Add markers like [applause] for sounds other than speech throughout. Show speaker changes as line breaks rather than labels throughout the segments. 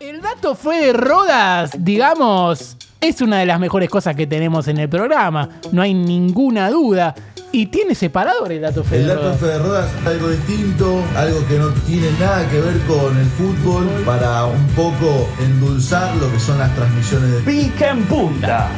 El dato fue de rodas, digamos. Es una de las mejores cosas que tenemos en el programa, no hay ninguna duda. Y tiene separador el dato fue
El
de
dato
rodas.
de Rodas es algo distinto, algo que no tiene nada que ver con el fútbol, para un poco endulzar lo que son las transmisiones de
Pica en punta.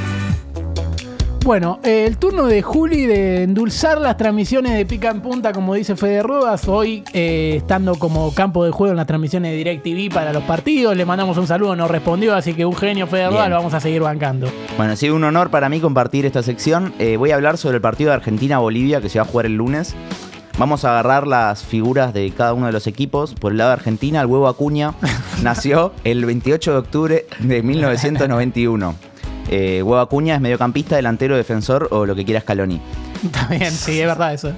Bueno, eh, el turno de Juli de endulzar las transmisiones de pica en punta, como dice Fede Rodas, hoy eh, estando como campo de juego en las transmisiones de DirecTV para los partidos. Le mandamos un saludo, nos respondió, así que un genio Fede Rodas,
Bien.
lo vamos a seguir bancando. [laughs]
Bueno, ha sido un honor para mí compartir esta sección. Eh, voy a hablar sobre el partido de Argentina-Bolivia que se va a jugar el lunes. Vamos a agarrar las figuras de cada uno de los equipos. Por el lado de Argentina, el huevo Acuña nació el 28 de octubre de 1991. Eh, huevo Acuña es mediocampista, delantero, defensor o lo que quiera Scaloni.
Está bien, sí, es verdad eso.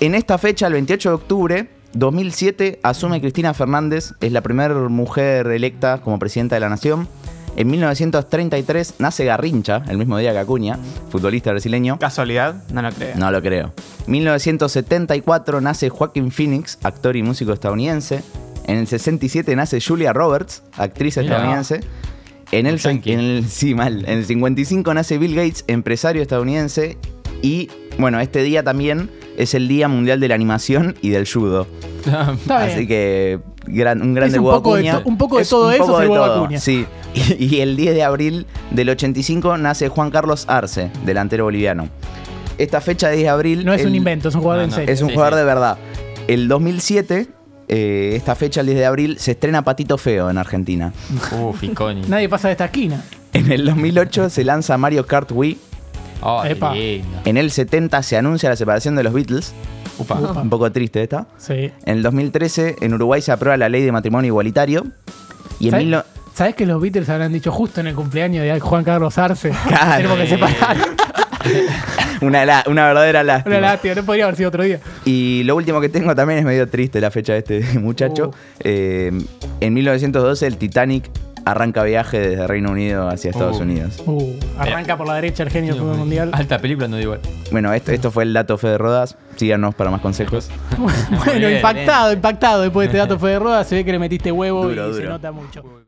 En esta fecha, el 28 de octubre 2007, asume Cristina Fernández, es la primera mujer electa como presidenta de la nación. En 1933 nace Garrincha, el mismo día que Acuña, futbolista brasileño.
¿Casualidad? No lo creo.
No lo creo. 1974 nace Joaquín Phoenix, actor y músico estadounidense. En el 67 nace Julia Roberts, actriz
Mirá.
estadounidense. En el,
Yankee.
en el- sí, mal. En el 55 nace Bill Gates, empresario estadounidense. Y bueno, este día también es el Día Mundial de la Animación y del Judo.
Está bien.
Así que gran- un grande
Es un
huevo
poco de
Acuña.
to- un poco de todo eso
poco
es el
de
huevo
todo,
Acuña.
Sí. [laughs] Y, y el 10 de abril del 85 nace Juan Carlos Arce, delantero boliviano. Esta fecha de 10 de abril.
No es un
el-
invento, es un jugador
No,
en
no,
serio.
Es un
Sí,
jugador
sí.
de verdad. El 2007, eh, esta fecha, el 10 de abril, se estrena Patito Feo en Argentina.
Uf, [laughs] Iconi.
Nadie pasa de esta esquina.
En el 2008 se lanza Mario Kart Wii.
Oh, qué
Epa.
lindo.
En el 70 se anuncia la separación de los Beatles.
Upa.
Ah.
Un poco triste esta.
Sí.
En el 2013, en Uruguay se aprueba la ley de matrimonio igualitario. Y en
¿Sabes?
mil no-
¿Sabes que los Beatles habrán dicho justo en el cumpleaños de Juan Carlos Arce?
[laughs] Claro.
Tenemos que separar.
[laughs] Una, la- una verdadera lástima.
Una lástima, no podría haber sido otro día.
Y lo último que tengo también es medio triste la fecha de este [laughs] muchacho.
Uh.
Eh, en 1912 el Titanic arranca viaje desde Reino Unido hacia Estados
Uh.
Unidos.
Uh, arranca por la derecha el genio del fútbol mundial.
[laughs] Alta película, no digo igual.
Bueno, esto, esto fue el dato Fede Rodas. Síganos para más consejos.
bueno,
bien,
impactado, impactado. Después de este dato fue de roda, se ve que le metiste huevo
Duro,
y se
duro.
nota mucho.